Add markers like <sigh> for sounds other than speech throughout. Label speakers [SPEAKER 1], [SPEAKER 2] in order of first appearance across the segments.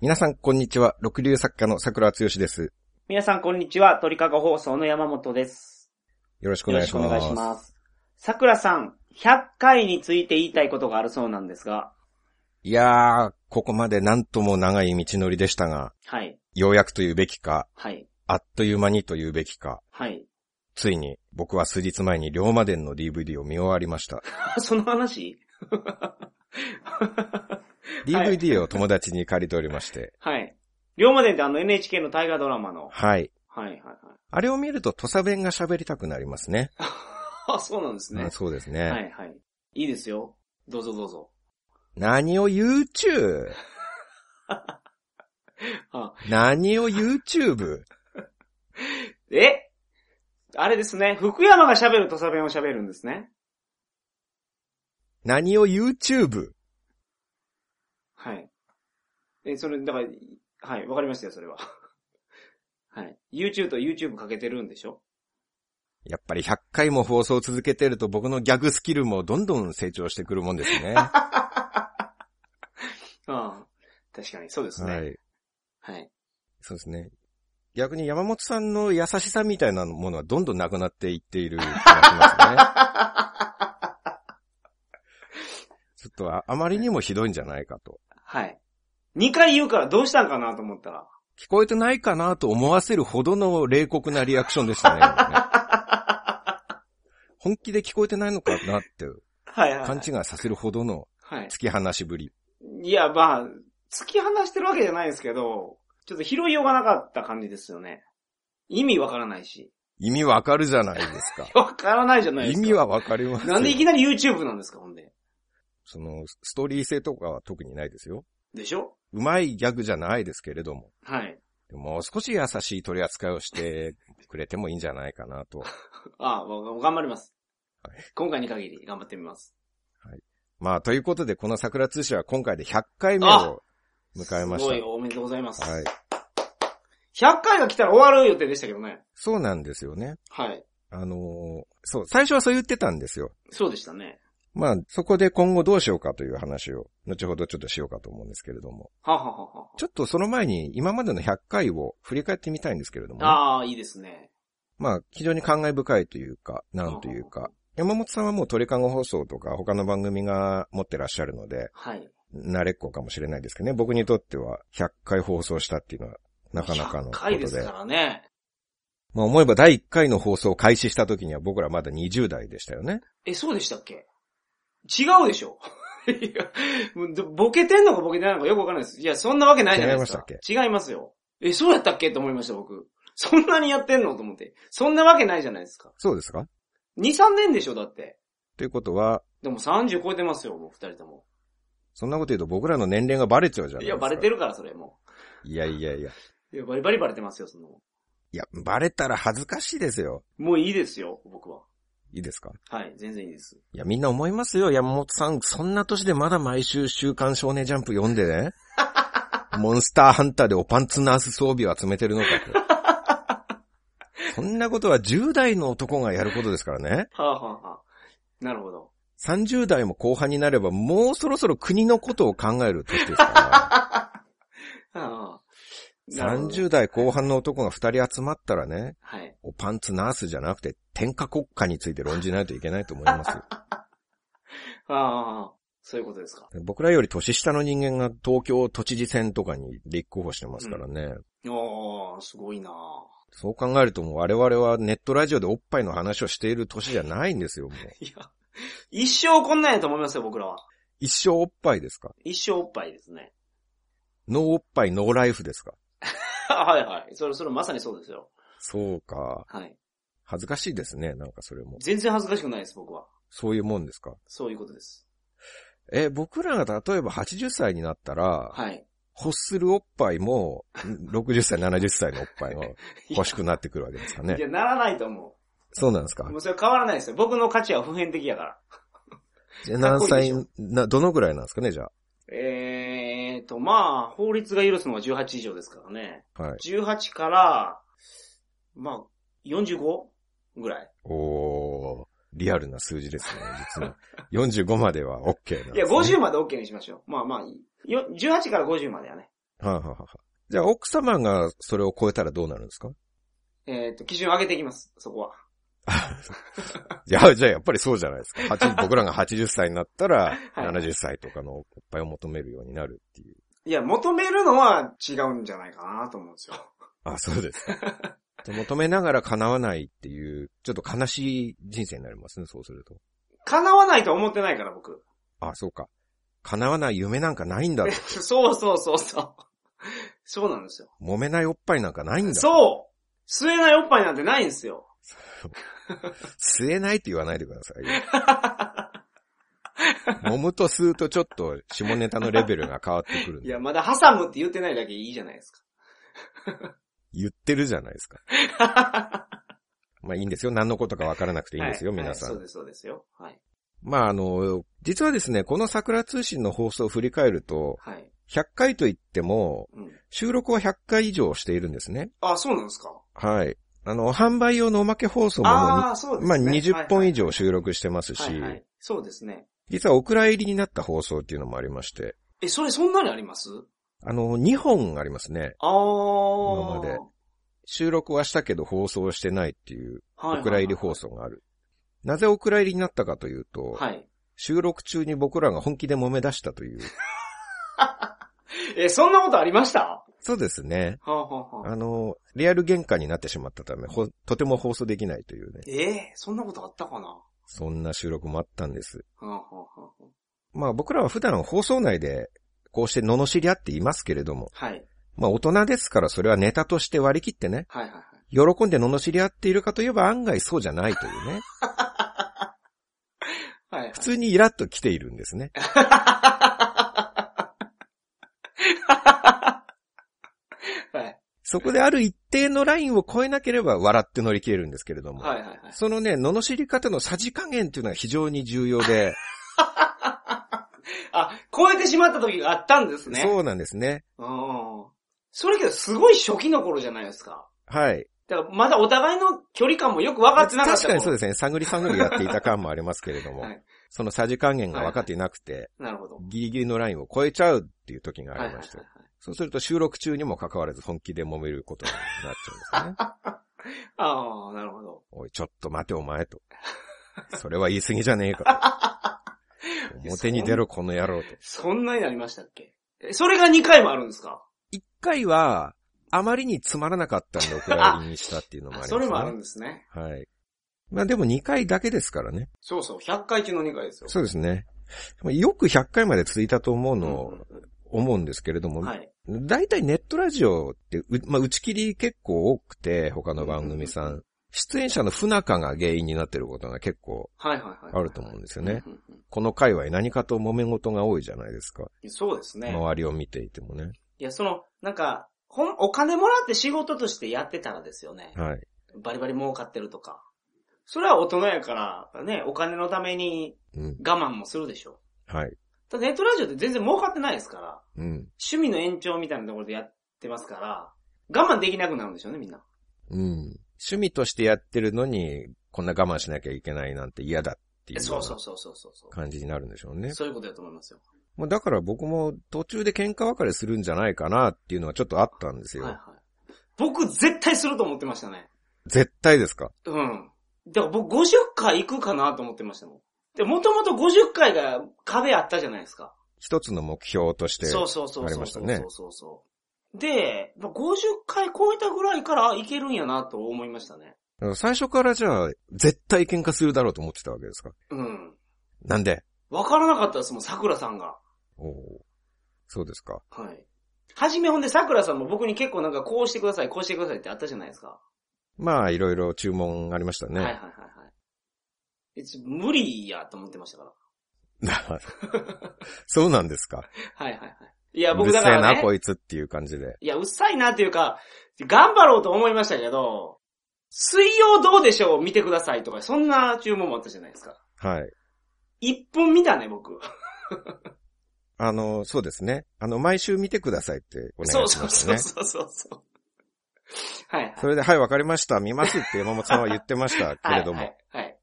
[SPEAKER 1] 皆さん、こんにちは。六流作家の桜剛です。
[SPEAKER 2] 皆さんこんにちは、鳥かご放送の山本です。
[SPEAKER 1] よろしくお
[SPEAKER 2] よ
[SPEAKER 1] 願
[SPEAKER 2] ろ
[SPEAKER 1] い
[SPEAKER 2] し
[SPEAKER 1] し
[SPEAKER 2] くお
[SPEAKER 1] ます。
[SPEAKER 2] 願いします。さくらさん、100回について言いたいことがあるそうなんですが、
[SPEAKER 1] いやー、ここまでなんとも長い道のりでしたが、
[SPEAKER 2] はい、
[SPEAKER 1] ようやくというべきか、
[SPEAKER 2] はい、
[SPEAKER 1] あっという間にというべきか、
[SPEAKER 2] はい。 <laughs>
[SPEAKER 1] ついに僕は数日前に龍馬伝の DVD を見終わりました。
[SPEAKER 2] その話 <laughs>
[SPEAKER 1] DVD を友達に借りておりまして。
[SPEAKER 2] はい。龍馬伝ってあの NHK の大河ドラマの。
[SPEAKER 1] はい。
[SPEAKER 2] はい、はい、はい。
[SPEAKER 1] あれを見ると土佐弁が喋りたくなりますね。
[SPEAKER 2] あ、そうなんです
[SPEAKER 1] う
[SPEAKER 2] ね
[SPEAKER 1] ん。そうです
[SPEAKER 2] は
[SPEAKER 1] ね。
[SPEAKER 2] い、はい。いいですよ。どうぞどうぞ。
[SPEAKER 1] 何を YouTube?
[SPEAKER 2] あ
[SPEAKER 1] 何を YouTube?
[SPEAKER 2] えあれですね。福山が喋る土佐弁を喋るんですね。
[SPEAKER 1] 何を YouTube?
[SPEAKER 2] はい。え、それ、だから、はい、わかりましたよ、それは。 <laughs> はい。YouTube と YouTube かけてるんでしょ
[SPEAKER 1] やっぱり100回も放送を続けてると僕のギャグスキルもどんどん成長してくるもんですね。は
[SPEAKER 2] ああ。確かに、 <laughs> そうですね。
[SPEAKER 1] い。
[SPEAKER 2] はい。
[SPEAKER 1] そうですね。逆に山本さんの優しさみたいなものはどんどんなくなっていっている気がしますね。
[SPEAKER 2] <laughs>
[SPEAKER 1] ちょっとああまりにもひどいんじゃないかと。
[SPEAKER 2] はい。2回言うからどうしたんかなと思ったら。
[SPEAKER 1] 聞こえてないかなと思わせるほどの冷酷なリアクションでしたね。今
[SPEAKER 2] <laughs>
[SPEAKER 1] ね本気で聞こえてないのかなって
[SPEAKER 2] はいはいはい。
[SPEAKER 1] 勘違いさせるほどの
[SPEAKER 2] はい。
[SPEAKER 1] 突き放しぶり。
[SPEAKER 2] いや、まあ、突き放してるわけじゃないですけど、ちょっと拾いようがなかった感じですよね。意味わからないし。。
[SPEAKER 1] 意味わかるじゃないですか
[SPEAKER 2] わからないじゃないです
[SPEAKER 1] 意
[SPEAKER 2] か。
[SPEAKER 1] 味はわかりますよ。
[SPEAKER 2] なんでいきなり YouTube なんですか、ほんで。
[SPEAKER 1] その、ストーリー性とかは特にないですよ。
[SPEAKER 2] でしょ
[SPEAKER 1] うまいギャグじゃないですけれども。
[SPEAKER 2] はい。
[SPEAKER 1] でももう少し優しい取り扱いをしてくれてもいいんじゃないかなと。
[SPEAKER 2] ああ、わ頑張ります
[SPEAKER 1] は。
[SPEAKER 2] 今回に限り頑張ってみます。
[SPEAKER 1] まあ、ということで、この桜通信は今回で100回目を迎えまし
[SPEAKER 2] すご
[SPEAKER 1] た。
[SPEAKER 2] い、おめでとうございます。
[SPEAKER 1] はい。
[SPEAKER 2] 100回が来たら終わる予定でしたけどね。
[SPEAKER 1] そうなんですよね。
[SPEAKER 2] はい。
[SPEAKER 1] あのーそう、最初はそう言ってたんですよ。
[SPEAKER 2] そうでしたね。
[SPEAKER 1] まあ、そこで今後どうしようかという話を、後ほどちょっとしようかと思うんですけれども。
[SPEAKER 2] はあはあはあは
[SPEAKER 1] ちょっとその前に、今までの100回を振り返ってみたいんですけれどもね、
[SPEAKER 2] あ。ああ、いいですね。
[SPEAKER 1] まあ、非常に感慨深いというか、なんというか、山本さんはもう鳥かご放送とか他の番組が持ってらっしゃるので、
[SPEAKER 2] はい。
[SPEAKER 1] 慣れっこかもしれないですけどね、僕にとっては100回放送したっていうのは、なかなかのこ
[SPEAKER 2] 100
[SPEAKER 1] と
[SPEAKER 2] 回で
[SPEAKER 1] です
[SPEAKER 2] からね。
[SPEAKER 1] まあ思えば第1回の放送を開始した時には僕らまだ20代でしたよね。
[SPEAKER 2] え、そうでしたっけ違うでしょ <laughs> いや、もうどボケてんのかボケてないのかよくわかんないです。いや、そんなわけないじゃないですか。
[SPEAKER 1] 違いま
[SPEAKER 2] したっけ違いますよ。え、そうやったっけと思いました、僕。そんなにやってんのと思って。そんなわけないじゃないですか。
[SPEAKER 1] そうですか
[SPEAKER 2] 2、3年でしょ、だって。
[SPEAKER 1] ということは、
[SPEAKER 2] でも30超えてますよ、もう二人とも。
[SPEAKER 1] そんなこと言うと僕らの年齢がバレちゃうじゃない
[SPEAKER 2] い
[SPEAKER 1] ですか。
[SPEAKER 2] や、バレてるから、それも
[SPEAKER 1] いやいやいや。
[SPEAKER 2] う。いや、バリバリバレてますよ、その。
[SPEAKER 1] いや、バレたら恥ずかしいですよ。
[SPEAKER 2] もういいですよ、僕は。
[SPEAKER 1] いいですか
[SPEAKER 2] はい、全然いいです。
[SPEAKER 1] いや、みんな思いますよ、山本さん。そんな年でまだ毎週週刊少年ジャンプ読んで
[SPEAKER 2] <laughs>
[SPEAKER 1] ね。モンスターハンターでおパンツナース装備を集めてるのかと。そんなことは10代の男がやることですからね。
[SPEAKER 2] はあ、はあはあ、なるほど。
[SPEAKER 1] 30代も後半になればもうそろそろ国のことを考える年で
[SPEAKER 2] <laughs>
[SPEAKER 1] すか
[SPEAKER 2] ああ。な
[SPEAKER 1] ら。
[SPEAKER 2] るほど
[SPEAKER 1] 30代後半の男が2人集まったらね、
[SPEAKER 2] はい。
[SPEAKER 1] おパンツナースじゃなくて天下国家について論じないといけないと思いますよ。
[SPEAKER 2] ああ、そういうことですか。
[SPEAKER 1] 僕らより年下の人間が東京都知事選とかに立候補してますからね。
[SPEAKER 2] ああ、すごいな
[SPEAKER 1] そう考えるともう我々はネットラジオでおっぱいの話をしている年じゃないんですよ、もう。
[SPEAKER 2] いや、一生こんなんやと思いますよ、僕らは。
[SPEAKER 1] 一生おっぱいですか
[SPEAKER 2] 一生おっぱいですね。 <laughs>
[SPEAKER 1] ノーおっぱい、ノーライフですか
[SPEAKER 2] はいはい。それ、それまさにそうですよ。
[SPEAKER 1] そうか。
[SPEAKER 2] はい。
[SPEAKER 1] 恥ずかしいですね、なんかそれも。
[SPEAKER 2] 全然恥ずかしくないです、僕は。
[SPEAKER 1] そういうもんですか
[SPEAKER 2] そういうことです。
[SPEAKER 1] え、僕らが例えば80歳になったら、
[SPEAKER 2] はい。
[SPEAKER 1] 欲するおっぱいも、ん60歳、70歳のおっぱいが
[SPEAKER 2] いや
[SPEAKER 1] 欲しくなってくるわけですか
[SPEAKER 2] い
[SPEAKER 1] ね。
[SPEAKER 2] や、ならないと思
[SPEAKER 1] そうなんですか
[SPEAKER 2] う。もうそれ変わらないですよ。僕の価値は普遍的やから。
[SPEAKER 1] じゃあ
[SPEAKER 2] か
[SPEAKER 1] 何
[SPEAKER 2] っこいいで
[SPEAKER 1] 歳
[SPEAKER 2] しょ、
[SPEAKER 1] な、どのぐらいなんですかね、じゃ
[SPEAKER 2] えーと、まあ、法律が許すのは18以上ですからね。
[SPEAKER 1] あ。はい。
[SPEAKER 2] 18から、まあ、45? ぐらい。
[SPEAKER 1] おー、リアルな数字ですね、実は。45までは OK なんです、ね。
[SPEAKER 2] いや、50まで OK にしましょう。まあまあいい、よ18から50までやね。
[SPEAKER 1] はいはいはいはい。じゃあ、奥様がそれを超えたらどうなるんですか
[SPEAKER 2] えっ、と、基準上げていきます、そこは。
[SPEAKER 1] いや、じゃあやっぱりそうじゃないですか。80僕
[SPEAKER 2] <laughs>
[SPEAKER 1] らが80歳になったら、
[SPEAKER 2] はい
[SPEAKER 1] 70歳とかのおっぱいを求めるようになるっていう。
[SPEAKER 2] いや、求めるのは違うんじゃないかなと思うんですよ。
[SPEAKER 1] あ、そうですか。
[SPEAKER 2] <laughs>
[SPEAKER 1] じゃあ求めながら叶わないっていう、ちょっと悲しい人生になりますね、そうすると。
[SPEAKER 2] 叶わないと思ってないから、僕。 <laughs>
[SPEAKER 1] あ、そうか。叶わない夢なんかないんだ。
[SPEAKER 2] そうそうそうそう。そうなんですよ。
[SPEAKER 1] 揉めないおっぱいなんかないんだ。
[SPEAKER 2] そう吸えないおっぱいなんてないんですよ。
[SPEAKER 1] 吸えないって言わないでくださいよ。揉むと吸うとちょっと下ネタのレベルが変わってくるん
[SPEAKER 2] い
[SPEAKER 1] で
[SPEAKER 2] や、まだ挟むって言ってないだけいいじゃないです
[SPEAKER 1] 言ってるじゃない
[SPEAKER 2] <laughs>
[SPEAKER 1] ですか。
[SPEAKER 2] か。
[SPEAKER 1] まあいいんですよ。何のことかわからなくていいんですよ、
[SPEAKER 2] は
[SPEAKER 1] 皆さん。
[SPEAKER 2] はいそうです、そうですよ。はい。
[SPEAKER 1] まああの、実はですね、この桜通信の放送を振り返ると、
[SPEAKER 2] はい。
[SPEAKER 1] 100回といっても、
[SPEAKER 2] うん。
[SPEAKER 1] 収録は100回以上しているんですね。
[SPEAKER 2] あ、そうなんですか。
[SPEAKER 1] はい。あの、販売用のおまけ放送ももうに
[SPEAKER 2] ああ、そうです
[SPEAKER 1] まあ
[SPEAKER 2] ね。
[SPEAKER 1] 20本以上
[SPEAKER 2] 録
[SPEAKER 1] 収録してますし、
[SPEAKER 2] はいはいはいそうですね。
[SPEAKER 1] 実はお蔵入りになった放送っていうのもありまして、
[SPEAKER 2] え、それそんなにあります
[SPEAKER 1] あの、2本ありますね。
[SPEAKER 2] ああ。今
[SPEAKER 1] 今まで収録はしたけど放送してないっていう、お蔵入り放送がある。なぜお蔵入りになったかというと、
[SPEAKER 2] はい。
[SPEAKER 1] 収録中に僕らが本気で揉め出したと <laughs> いう。
[SPEAKER 2] え、そんなことありましたは
[SPEAKER 1] そうですね。
[SPEAKER 2] あ、はあはあ、
[SPEAKER 1] あの、リアル喧嘩になってしまったため、ほとても放送できないというね。
[SPEAKER 2] ええそんなことあったかなは
[SPEAKER 1] そんな収録もあったんです。
[SPEAKER 2] あ、はあはあはあ、
[SPEAKER 1] まあ僕らは普段放送内でこうして罵り合っていますけれども、
[SPEAKER 2] はい。
[SPEAKER 1] まあ大人ですからそれはネタとして割り切ってね、
[SPEAKER 2] はいはいはい。
[SPEAKER 1] 喜んで罵り合っているかといえば案外そうじゃないと <laughs> いうね。
[SPEAKER 2] はい、はい <laughs>
[SPEAKER 1] 普。通にイラッと来ているんですね。
[SPEAKER 2] はい。
[SPEAKER 1] そこである一定のラインを超えなければ笑って乗り切れるんですけれども、
[SPEAKER 2] はいはいはい。
[SPEAKER 1] そのね、罵り方のさじ加減というのが非常に重要で、
[SPEAKER 2] あ、超えてしまった時があったんですね。
[SPEAKER 1] そうなんですね。
[SPEAKER 2] うん。それけど、すごい初期の頃じゃないですか。
[SPEAKER 1] はい。
[SPEAKER 2] だから、まだお互いの距離感もよく分かってなかった
[SPEAKER 1] 確か
[SPEAKER 2] 頃。
[SPEAKER 1] にそう
[SPEAKER 2] で
[SPEAKER 1] ですね。探り探りやっていた感もありますけれども、
[SPEAKER 2] はい
[SPEAKER 1] そのさじ加減が分かっていなくて、
[SPEAKER 2] す。なるほど。
[SPEAKER 1] ギリギリのラインを超えちゃうっていう時が
[SPEAKER 2] はい
[SPEAKER 1] あ
[SPEAKER 2] は
[SPEAKER 1] り
[SPEAKER 2] いは
[SPEAKER 1] ま
[SPEAKER 2] い
[SPEAKER 1] したよ。そうすると収録中にも関わらず本気で揉めることになっちゃうんです
[SPEAKER 2] <laughs>
[SPEAKER 1] ね。
[SPEAKER 2] ああ、なるほど。
[SPEAKER 1] おい、ちょっと待てお前と。それは言い過ぎじゃねえか
[SPEAKER 2] <laughs>
[SPEAKER 1] と。表に出ろこの野郎と。
[SPEAKER 2] そんなになりましたっけえそれが2回もあるんですか
[SPEAKER 1] 一回は、あまりにつまらなかった
[SPEAKER 2] <laughs>
[SPEAKER 1] んで、お蔵入りにしたっていうのもあります
[SPEAKER 2] そ
[SPEAKER 1] ね。
[SPEAKER 2] れもあるんですね。
[SPEAKER 1] はい。まあでも2回だけですからね。
[SPEAKER 2] そうそう、100回中の2回ですよ。
[SPEAKER 1] そうですね。よく100回まで続いたと思う
[SPEAKER 2] う
[SPEAKER 1] の
[SPEAKER 2] ん
[SPEAKER 1] を、思うんですけれども、
[SPEAKER 2] うんはい。
[SPEAKER 1] 大体ネットラジオってう、まあ、打ち切り結構多くて、他の番組さん。出演者の不仲が原因になってることが結構
[SPEAKER 2] はいはいはい。
[SPEAKER 1] あると思うんですよね。
[SPEAKER 2] うんうん
[SPEAKER 1] この界隈何かと揉め事が多いじゃないですか。
[SPEAKER 2] うん。そうですね。
[SPEAKER 1] 周りを見ていてもね。
[SPEAKER 2] いや、その、なんか、ほん、お金もらって仕事としてやってたらですよね。
[SPEAKER 1] はい。
[SPEAKER 2] バリバリ儲かってるとか。それは大人やから、ね、お金のために
[SPEAKER 1] うん。
[SPEAKER 2] 我慢もするでしょ。
[SPEAKER 1] はい。
[SPEAKER 2] ただネットラジオって全然儲かってないですから、
[SPEAKER 1] うん。
[SPEAKER 2] 趣味の延長みたいなところでやってますから、我慢できなくなるんでしょうね、みんな。
[SPEAKER 1] うん。趣味としてやってるのに、こんな我慢しなきゃいけないなんて嫌だっていう
[SPEAKER 2] そ
[SPEAKER 1] よ
[SPEAKER 2] う
[SPEAKER 1] う
[SPEAKER 2] そ
[SPEAKER 1] な
[SPEAKER 2] うそうそうそうそう。
[SPEAKER 1] 感じになるんでしょうね。
[SPEAKER 2] そういうことだと思いますよ。
[SPEAKER 1] もうだから僕も途中で喧嘩別れするんじゃないかなっていうのはちょっとあったんですよ。
[SPEAKER 2] はいはい。僕絶対すると思ってましたね。
[SPEAKER 1] 絶対ですか
[SPEAKER 2] うん。だから僕50回行くかなと思ってましたもん。で、もともと50回が壁あったじゃないですか。
[SPEAKER 1] 一つの目標として。
[SPEAKER 2] そうそうそうそう。
[SPEAKER 1] ありましたね
[SPEAKER 2] そうそうそう。で、まあ50回超えたぐらいからあいけるんやなと思いましたね。
[SPEAKER 1] 最初からじゃあ、絶対喧嘩するだろうと思ってたわけですか
[SPEAKER 2] うん。
[SPEAKER 1] なんで
[SPEAKER 2] わからなかったですもん、桜さんが。
[SPEAKER 1] おーそうですか。
[SPEAKER 2] はい。はじめほんで桜さんも僕に結構なんかこうしてください、こうしてくださいってあったじゃないですか。
[SPEAKER 1] まあ、いろいろ注文ありました
[SPEAKER 2] はいはい
[SPEAKER 1] ね。
[SPEAKER 2] はいはい。えちょ無理やと思ってましたから。
[SPEAKER 1] <laughs> そうなんですか。
[SPEAKER 2] はいはいはい。いや、
[SPEAKER 1] う
[SPEAKER 2] 僕
[SPEAKER 1] るせ
[SPEAKER 2] だ
[SPEAKER 1] え
[SPEAKER 2] から、
[SPEAKER 1] な、
[SPEAKER 2] ね。
[SPEAKER 1] こいつっていう感じで。
[SPEAKER 2] いや、うっさいなっていうか、頑張ろうと思いましたけど、水曜どうでしょう見てくださいとか、そんな注文もあったじゃないですか。
[SPEAKER 1] はい。
[SPEAKER 2] 一本見たね、僕。
[SPEAKER 1] あの、そうですね。あの、毎週見てくださいってお
[SPEAKER 2] そ
[SPEAKER 1] 願
[SPEAKER 2] う
[SPEAKER 1] いし
[SPEAKER 2] そ
[SPEAKER 1] ま
[SPEAKER 2] う
[SPEAKER 1] した
[SPEAKER 2] そう
[SPEAKER 1] ね。
[SPEAKER 2] そうそうそう。はいはい。
[SPEAKER 1] それで、はい、わかりました。見ますって山本さんは言ってましたけれど
[SPEAKER 2] は
[SPEAKER 1] も
[SPEAKER 2] い、はい、はい。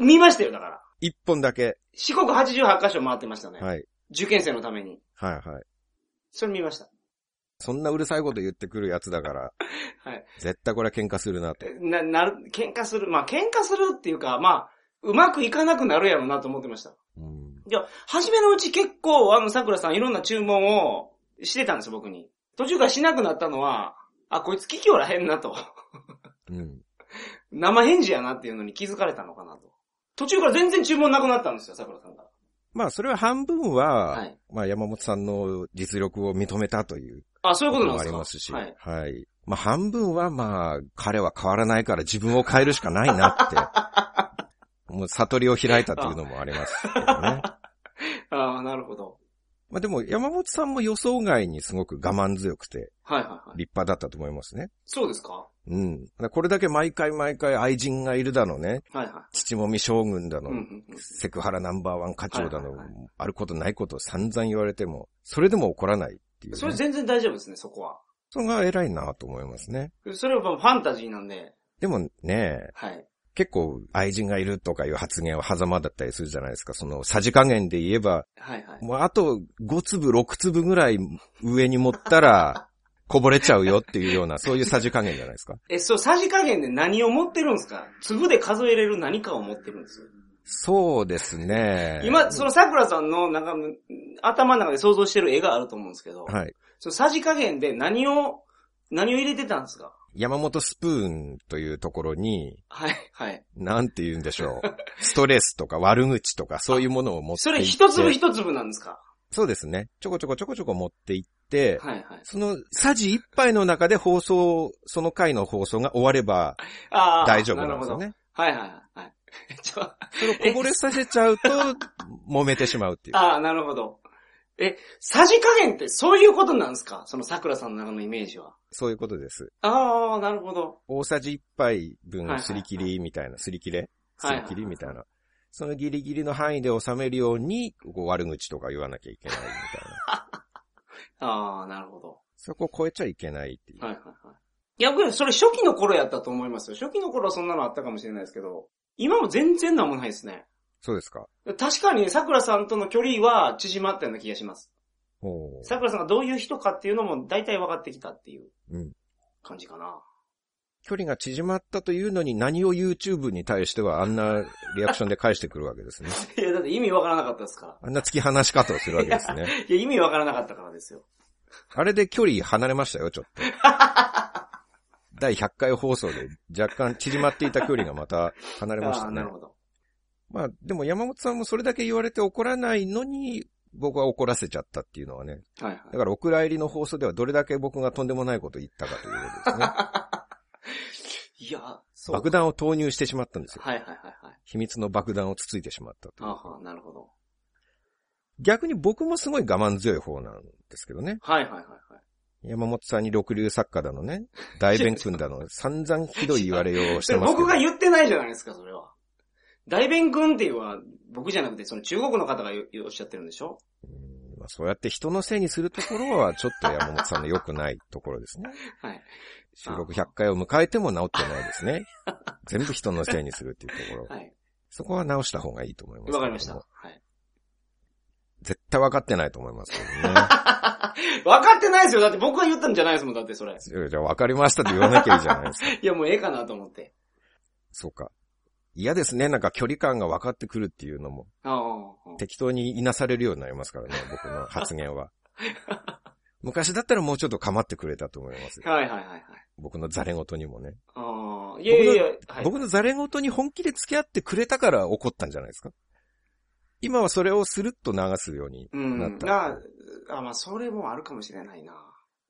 [SPEAKER 2] 見ましたよ、だから。
[SPEAKER 1] 一本だけ。
[SPEAKER 2] 四国88箇所回ってましたね。
[SPEAKER 1] はい。
[SPEAKER 2] 受験生のために。
[SPEAKER 1] はい、はい。
[SPEAKER 2] それ見ました。
[SPEAKER 1] そんなうるさいこと言ってくるやつだから、
[SPEAKER 2] <laughs> はい。
[SPEAKER 1] 絶対これは喧嘩するなと。
[SPEAKER 2] な、なる、喧嘩する。まあ、喧嘩するっていうか、まあ、うまくいかなくなるやろうなと思ってました。
[SPEAKER 1] うん。
[SPEAKER 2] いや、初めのうち結構、あの、桜さんいろんな注文をしてたんですよ、僕に。途中からしなくなったのは、あ、こいつ聞きおらへんなと。 <laughs>
[SPEAKER 1] うん。
[SPEAKER 2] 生返事やなっていうのに気づかれたのかなと。途中から全然注文なくなったんですよ、桜さんが。
[SPEAKER 1] まあ、それは半分は、
[SPEAKER 2] はい
[SPEAKER 1] まあ、山本さんの実力を認めたという
[SPEAKER 2] あ、そういう
[SPEAKER 1] こ
[SPEAKER 2] こと
[SPEAKER 1] と
[SPEAKER 2] なん
[SPEAKER 1] も
[SPEAKER 2] で
[SPEAKER 1] あ
[SPEAKER 2] す
[SPEAKER 1] り
[SPEAKER 2] か
[SPEAKER 1] ますし、
[SPEAKER 2] はい。
[SPEAKER 1] はい。まあ、半分は、まあ、彼は変わらないから自分を変えるしかないな
[SPEAKER 2] <laughs>
[SPEAKER 1] って、もう悟りを開いたというのもありますけどね。
[SPEAKER 2] ああ、なるほど。
[SPEAKER 1] まあ、でも、山本さんも予想外にすごく我慢強くて、
[SPEAKER 2] はいはいはい。
[SPEAKER 1] 立派だったと思いますね。
[SPEAKER 2] そうですかは
[SPEAKER 1] うん。だからこれだけ毎回毎回愛人がいるだのね、
[SPEAKER 2] いは
[SPEAKER 1] 父もみ将軍だ
[SPEAKER 2] い。
[SPEAKER 1] の、
[SPEAKER 2] うんうんうん。
[SPEAKER 1] セクハラナンバーワン課長だの、
[SPEAKER 2] はいはいは
[SPEAKER 1] あることないことを散々言われても、それでも怒らないっていう、ね。
[SPEAKER 2] それ全然大丈夫ですね、そこは。
[SPEAKER 1] それが偉いなと思いますね。
[SPEAKER 2] それはファンタジーなんで、
[SPEAKER 1] でもね、
[SPEAKER 2] はい。
[SPEAKER 1] 結構愛人がいるとかいう発言は狭間だったりするじゃないですか。そのさじ加減で言えば、
[SPEAKER 2] はいはい。
[SPEAKER 1] もうあと5粒6粒ぐらい上に持った
[SPEAKER 2] <laughs>
[SPEAKER 1] ら、こぼれちゃうよっていうような、そういうさじ加減じゃないですか。
[SPEAKER 2] え、そう、さじ加減で何を持ってるんですか粒で数えれる何かを持ってるんですよ。
[SPEAKER 1] そうですね。
[SPEAKER 2] 今、その桜さんの中の、頭の中で想像してる絵があると思うんですけど、
[SPEAKER 1] はい。
[SPEAKER 2] そのさじ加減で何を、何を入れてたんですか
[SPEAKER 1] 山本スプーンというところに、
[SPEAKER 2] はい、はい。
[SPEAKER 1] なんて言うんでしょう。ストレスとか悪口とかそういうものを持って
[SPEAKER 2] そ
[SPEAKER 1] いって。
[SPEAKER 2] れ一粒一粒なんですか
[SPEAKER 1] そうですね。ちょこちょこちょこちょこ持っていって、
[SPEAKER 2] はい、はい。
[SPEAKER 1] その、さじ一杯の中で放送、その回の放送が終われば
[SPEAKER 2] ああ、
[SPEAKER 1] 大丈夫なんですよね。
[SPEAKER 2] るほど。はい、はい、はい。 <laughs> ちょ、
[SPEAKER 1] それをこぼれさせちゃうと、揉めてしまうっていう。
[SPEAKER 2] ああ、なるほど。え、さじ加減ってそういうことなんですかその桜さんの中のイメージは。
[SPEAKER 1] そういうことです。
[SPEAKER 2] ああ、なるほど。
[SPEAKER 1] 大さじ一杯
[SPEAKER 2] はい
[SPEAKER 1] 分
[SPEAKER 2] はい
[SPEAKER 1] すり切りみたいな、すり切れす
[SPEAKER 2] はいはい
[SPEAKER 1] り切りみたいな。そのギリギリの範囲で収めるように、こう悪口とか言わなきゃいけないみ
[SPEAKER 2] <laughs>
[SPEAKER 1] たいな。
[SPEAKER 2] ああ、なるほど。
[SPEAKER 1] そこを超えちゃいけないっていう。
[SPEAKER 2] はいはいはい。いや、僕らそれ初期の頃やったと思いますよ。初期の頃はそんなのあったかもしれないですけど、今も全然なんもないですね。
[SPEAKER 1] そうですか。
[SPEAKER 2] 確かに桜さんとの距離は縮まったような気がします。
[SPEAKER 1] おー
[SPEAKER 2] 桜さんがどういう人かっていうのも大体分かってきたっていう
[SPEAKER 1] うん
[SPEAKER 2] 感じかな。 <laughs>
[SPEAKER 1] 距離が縮まったというのに何を YouTube に対してはあんなリアクションで返してくるわけです
[SPEAKER 2] <laughs>
[SPEAKER 1] ね。
[SPEAKER 2] いや、だって意味分からなかったですか
[SPEAKER 1] あんな突き放し方をするわけですね。
[SPEAKER 2] ら。いや、意味分からなかったからですよ。
[SPEAKER 1] あれで距離離れましたよ、ちょっ
[SPEAKER 2] <laughs>
[SPEAKER 1] と。第100回放送で若干縮まっていた距離がまた離れまし
[SPEAKER 2] ああ
[SPEAKER 1] た
[SPEAKER 2] ー、
[SPEAKER 1] ね
[SPEAKER 2] なる。ほど。
[SPEAKER 1] まあでも山本さんもそれだけ言われて怒らないのに僕は怒らせちゃったっていうのはね。
[SPEAKER 2] はいはい。
[SPEAKER 1] だからお蔵入りの放送ではどれだけ僕がとんでもないことを言ったかということですね。
[SPEAKER 2] いや、 <laughs> そう。
[SPEAKER 1] 爆弾を投入してしまったんですよ。
[SPEAKER 2] はいはいはいはい。
[SPEAKER 1] 秘密の爆弾をつついてしまったという
[SPEAKER 2] ああ、なるほど。
[SPEAKER 1] 逆に僕もすごい我慢強い方なんですけどね。
[SPEAKER 2] はいはいはいはい。
[SPEAKER 1] 山本さんに六流作家だのね、大弁君だの、
[SPEAKER 2] <laughs>
[SPEAKER 1] 散々ひどい言われようをして
[SPEAKER 2] それ
[SPEAKER 1] ますけど。
[SPEAKER 2] 僕が言ってないじゃないですか、それは。大弁君っていうのは、僕じゃなくて、その中国の方がよおっしゃってるんでしょ
[SPEAKER 1] うんまあ、そうやって人のせいにするところは、ちょっと山本さんの良くないところですね。
[SPEAKER 2] はい。
[SPEAKER 1] 収録100回を迎えても治ってないです
[SPEAKER 2] <laughs>
[SPEAKER 1] ね。全部人のせいにするっていうところ。
[SPEAKER 2] はい。
[SPEAKER 1] そこは直した方がいいと思いますけども。
[SPEAKER 2] わかりました。はい。
[SPEAKER 1] 絶対分かってないと思いますけどね。
[SPEAKER 2] わかってない <laughs> ですよ。だって僕が言ったんじゃないですもん、だってそれ。
[SPEAKER 1] いやじゃあ分かりましたって言わなきゃいいじゃないです
[SPEAKER 2] <laughs>
[SPEAKER 1] か。
[SPEAKER 2] いや、もうええかなと思って。
[SPEAKER 1] そうか。嫌ですね。なんか距離感が分かってくるっていうのも。
[SPEAKER 2] ああ。
[SPEAKER 1] 適当にいなされるようになりますからね、僕の発言
[SPEAKER 2] <laughs>
[SPEAKER 1] は。昔だったらもうちょっと構ってくれたと思います。
[SPEAKER 2] はいはいはいはい。
[SPEAKER 1] 僕のザレ事にもね。
[SPEAKER 2] ああ。いやいやいや、はい。
[SPEAKER 1] 僕のザレ事に本気で付き合ってくれたから怒ったんじゃないですか今はそれをスルッと流すように
[SPEAKER 2] う
[SPEAKER 1] なっ
[SPEAKER 2] ん。
[SPEAKER 1] た。
[SPEAKER 2] が、あ、まあ、それもあるかもしれないな。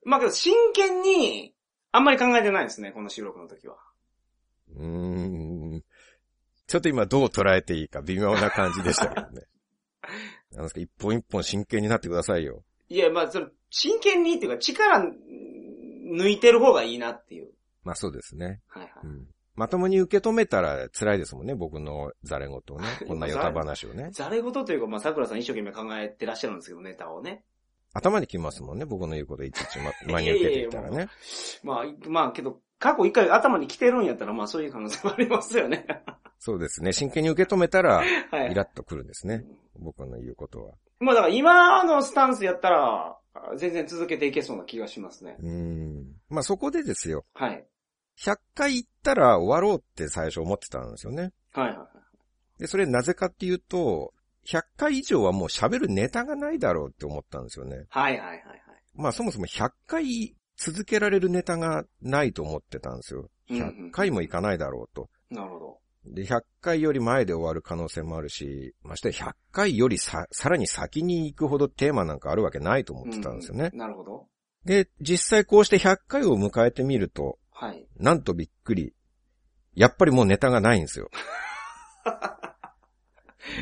[SPEAKER 2] まあけど、真剣に、あんまり考えてないですね、この収録の時は。
[SPEAKER 1] うーん。ちょっと今どう捉えていいか微妙な感じでしたけど
[SPEAKER 2] <laughs>
[SPEAKER 1] ね。なんですか、一本一本真剣になってくださいよ。
[SPEAKER 2] いや、まあ、それ、真剣にっていうか、力抜いてる方がいいなっていう。
[SPEAKER 1] まあそうですね。
[SPEAKER 2] はいはい。
[SPEAKER 1] うん。まともに受け止めたら辛いですもんね、僕のザレ
[SPEAKER 2] <laughs>
[SPEAKER 1] 事をね。こんなヨタ話をね。
[SPEAKER 2] ざれ事というか、まあ、桜さん一生懸命考えてらっしゃるんですけど、ネタをね。
[SPEAKER 1] 頭にきますもんね、僕の言うこといちいち、
[SPEAKER 2] <laughs>
[SPEAKER 1] ま、真に受けていったら
[SPEAKER 2] いやいやいや
[SPEAKER 1] ね。 <laughs>
[SPEAKER 2] まあ、まあ、けど、過去一回頭に来てるんやったら、まあ、そういう可能性もありますよね。
[SPEAKER 1] そうですね。真剣に受け止めた
[SPEAKER 2] <laughs>
[SPEAKER 1] ら、
[SPEAKER 2] は
[SPEAKER 1] イ
[SPEAKER 2] い。
[SPEAKER 1] ラッとくるんですね。僕の言うことは。
[SPEAKER 2] まあだから今のスタンスやったら、あ全然続けていけそうな気がしますね。
[SPEAKER 1] うーん。まあ、そこでですよ。
[SPEAKER 2] はい。
[SPEAKER 1] 100回行ったら終わろうって最初思ってたんですよね。
[SPEAKER 2] はいはいはい。
[SPEAKER 1] で、それなぜかっていうと、100回以上はもう喋るネタがないだろうって思ったんですよね。
[SPEAKER 2] はいはいはいはい。
[SPEAKER 1] まあそもそも100回続けられるネタがないと思ってたんですよ。
[SPEAKER 2] うんうん
[SPEAKER 1] 100回もいかないだろうと。
[SPEAKER 2] なるほど。
[SPEAKER 1] で、100回より前で終わる可能性もあるし、まして100回よりさ、さらに先に行くほどテーマなんかあるわけないと思ってたんですよね
[SPEAKER 2] う。なるほど。
[SPEAKER 1] で、実際こうして100回を迎えてみると、
[SPEAKER 2] はい。
[SPEAKER 1] なんとびっくり。やっぱりもうネタがないんですよ。
[SPEAKER 2] <laughs>